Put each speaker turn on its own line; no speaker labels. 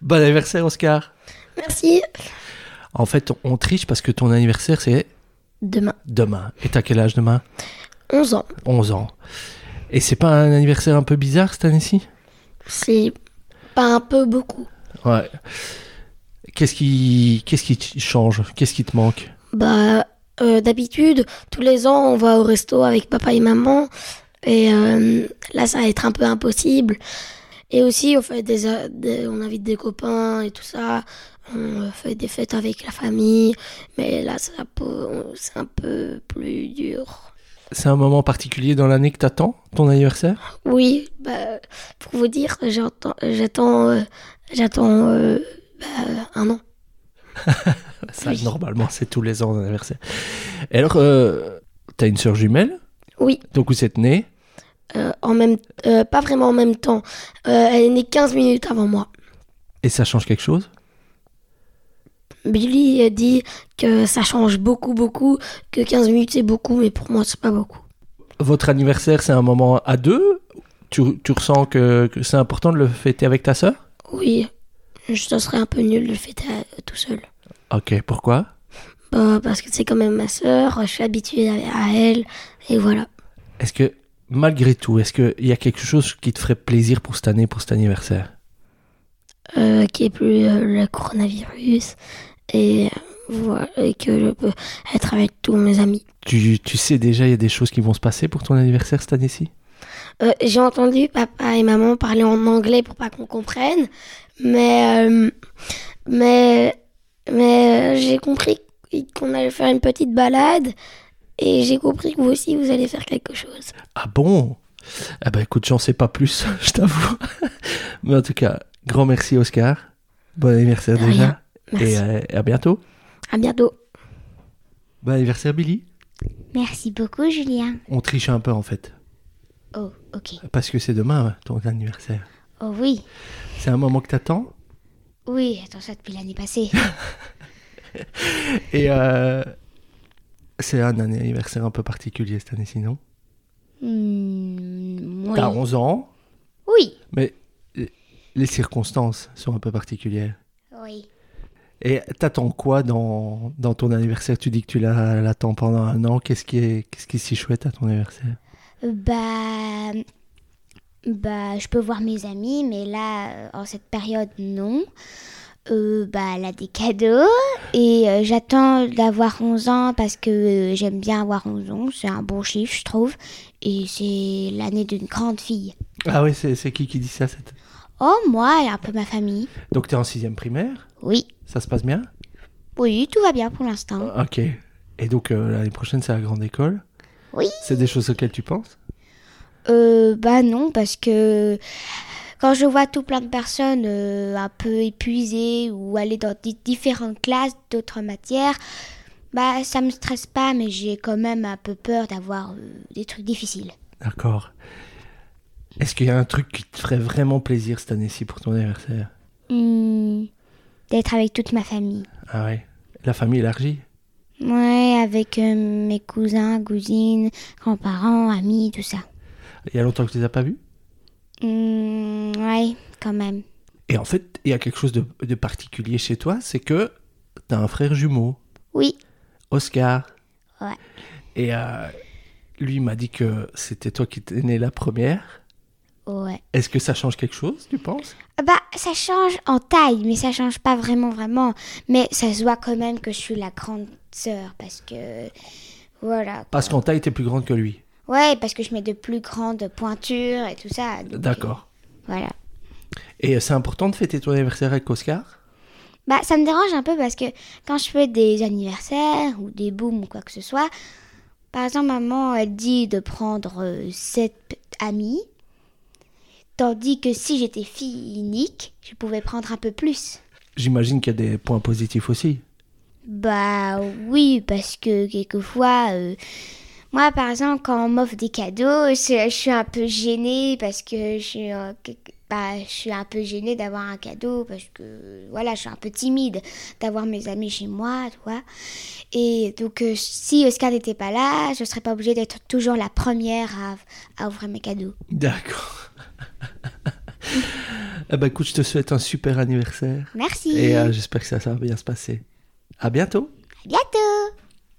Bon anniversaire, Oscar.
Merci.
En fait, on triche parce que ton anniversaire, c'est
Demain,
demain. Et t'as quel âge demain
11 ans.
11 ans. Et c'est pas un anniversaire un peu bizarre cette année-ci
C'est pas un peu beaucoup.
Ouais. Qu'est-ce qui, qu'est-ce qui te change Qu'est-ce qui te manque
Bah, euh, d'habitude, tous les ans, on va au resto avec papa et maman. Et euh, là, ça va être un peu impossible. Et aussi, on fait des, euh, des- on invite des copains et tout ça. On euh, fait des fêtes avec la famille. Mais là, ça peut- c'est un peu plus dur.
C'est un moment particulier dans l'année que t'attends, ton anniversaire
Oui, bah, pour vous dire, j'entends- j'attends, euh, j'attends euh, bah, un an.
Ça,
Oui.
normalement, c'est tous les ans un anniversaire. Et alors, euh, t'as une sœur jumelle,
Oui.
donc vous êtes nés.
euh, en même, euh, pas vraiment en même temps. Euh, elle est née 15 minutes avant moi.
Et ça change quelque chose
Billy euh, dit que ça change beaucoup, beaucoup, que 15 minutes c'est beaucoup, mais pour moi c'est pas beaucoup.
Votre anniversaire, c'est un moment à deux tu, tu ressens que, que c'est important de le fêter avec ta sœur
Oui, je- ça serait un peu nul de le fêter euh, tout seul.
Ok, pourquoi
Bah, parce que c'est quand même ma sœur, je suis habituée à, à elle, et voilà.
Est-ce que, malgré tout, est-ce qu'il y a quelque chose qui te ferait plaisir pour cette année, pour cet anniversaire
Euh, qui est plus euh, le coronavirus, et, euh, voilà, et que je peux être avec tous mes amis.
tu, tu sais déjà, il y a des choses qui vont se passer pour ton anniversaire cette année-ci
Euh, J'ai entendu papa et maman parler en anglais pour pas qu'on comprenne, mais euh, mais mais euh, j'ai compris qu'on allait faire une petite balade et j'ai compris que vous aussi vous allez faire quelque chose.
Ah bon Ah ben écoute, j'en sais pas plus, je t'avoue. Mais en tout cas, grand merci Oscar. Bon anniversaire
De
déjà.
rien. Merci.
Et euh, à bientôt.
À bientôt.
Bon anniversaire Billy.
Merci beaucoup, Julien.
On triche un peu en fait.
Oh, ok.
Parce que c'est demain hein, ton anniversaire.
Oh oui.
C'est un moment que t'attends.
Oui, j'attends ça depuis l'année passée.
Et euh, c'est un anniversaire un peu particulier cette année sinon.
Hmm, oui.
T'as 11 ans,
Oui.
mais les circonstances sont un peu particulières.
Oui.
Et t'attends quoi dans, dans ton anniversaire Tu dis que tu la- l'attends pendant un an. Qu'est-ce qui est, qu'est-ce qui est si chouette à ton anniversaire
Bah. Bah, je peux voir mes amis, mais là, euh, en cette période, non. Euh, bah, elle a des cadeaux. Et euh, j'attends d'avoir 11 ans parce que euh, j'aime bien avoir 11 ans. C'est un bon chiffre, je trouve. Et c'est l'année d'une grande fille.
Ah oui, c'est c'est qui qui dit ça cette-
Oh, moi, et un peu ma famille.
Donc t'es en sixième primaire
Oui.
Ça se passe bien
Oui, tout va bien pour l'instant.
Ok. Et donc euh, l'année prochaine, c'est la grande école
Oui.
C'est des choses auxquelles tu penses
Euh, bah non, parce que quand je vois tout plein de personnes euh, un peu épuisées ou aller dans di- différentes classes, d'autres matières, bah ça me stresse pas, mais j'ai quand même un peu peur d'avoir euh, des trucs difficiles.
D'accord. Est-ce qu'il y a un truc qui te ferait vraiment plaisir cette année-ci pour ton anniversaire
Hmm, D'être avec toute ma famille.
Ah ouais. La famille élargie
Ouais, avec euh, mes cousins, cousines, grands-parents, amis, tout ça.
Il y a longtemps que tu les as pas vus
Hmm, ouais, quand même.
Et en fait, il y a quelque chose de, de particulier chez toi, c'est que t'as un frère jumeau.
Oui,
Oscar.
Ouais.
Et euh, lui il m'a dit que c'était toi qui t'es née la première.
ouais.
Est-ce que ça change quelque chose, tu penses
Bah, ça change en taille, mais ça change pas vraiment, vraiment. Mais ça se voit quand même que je suis la grande sœur, parce que. Voilà.
Parce qu'en taille, t'es plus grande que lui.
Ouais, parce que je mets de plus grandes pointures et tout ça. donc,
D'accord.
euh, Voilà.
Et euh, c'est important de fêter ton anniversaire avec Oscar
Bah, ça me dérange un peu parce que quand je fais des anniversaires ou des booms ou quoi que ce soit, par exemple, maman, elle dit de prendre euh, sept p- amis, tandis que si j'étais fille unique, je pouvais prendre un peu plus.
J'imagine qu'il y a des points positifs aussi.
Bah oui, parce que quelquefois, euh, moi par exemple, quand on m'offre des cadeaux, je, je suis un peu gênée parce que je suis, euh, quelque- bah, je suis un peu gênée d'avoir un cadeau parce que voilà, je suis un peu timide d'avoir mes amis chez moi, tu vois. Et donc euh, si Oscar n'était pas là, je serais pas obligée d'être toujours la première à, à ouvrir mes cadeaux.
D'accord. Eh ben écoute, je te souhaite un super anniversaire
Merci.
euh, et euh, j'espère que ça, ça va bien se passer. À bientôt.
À bientôt.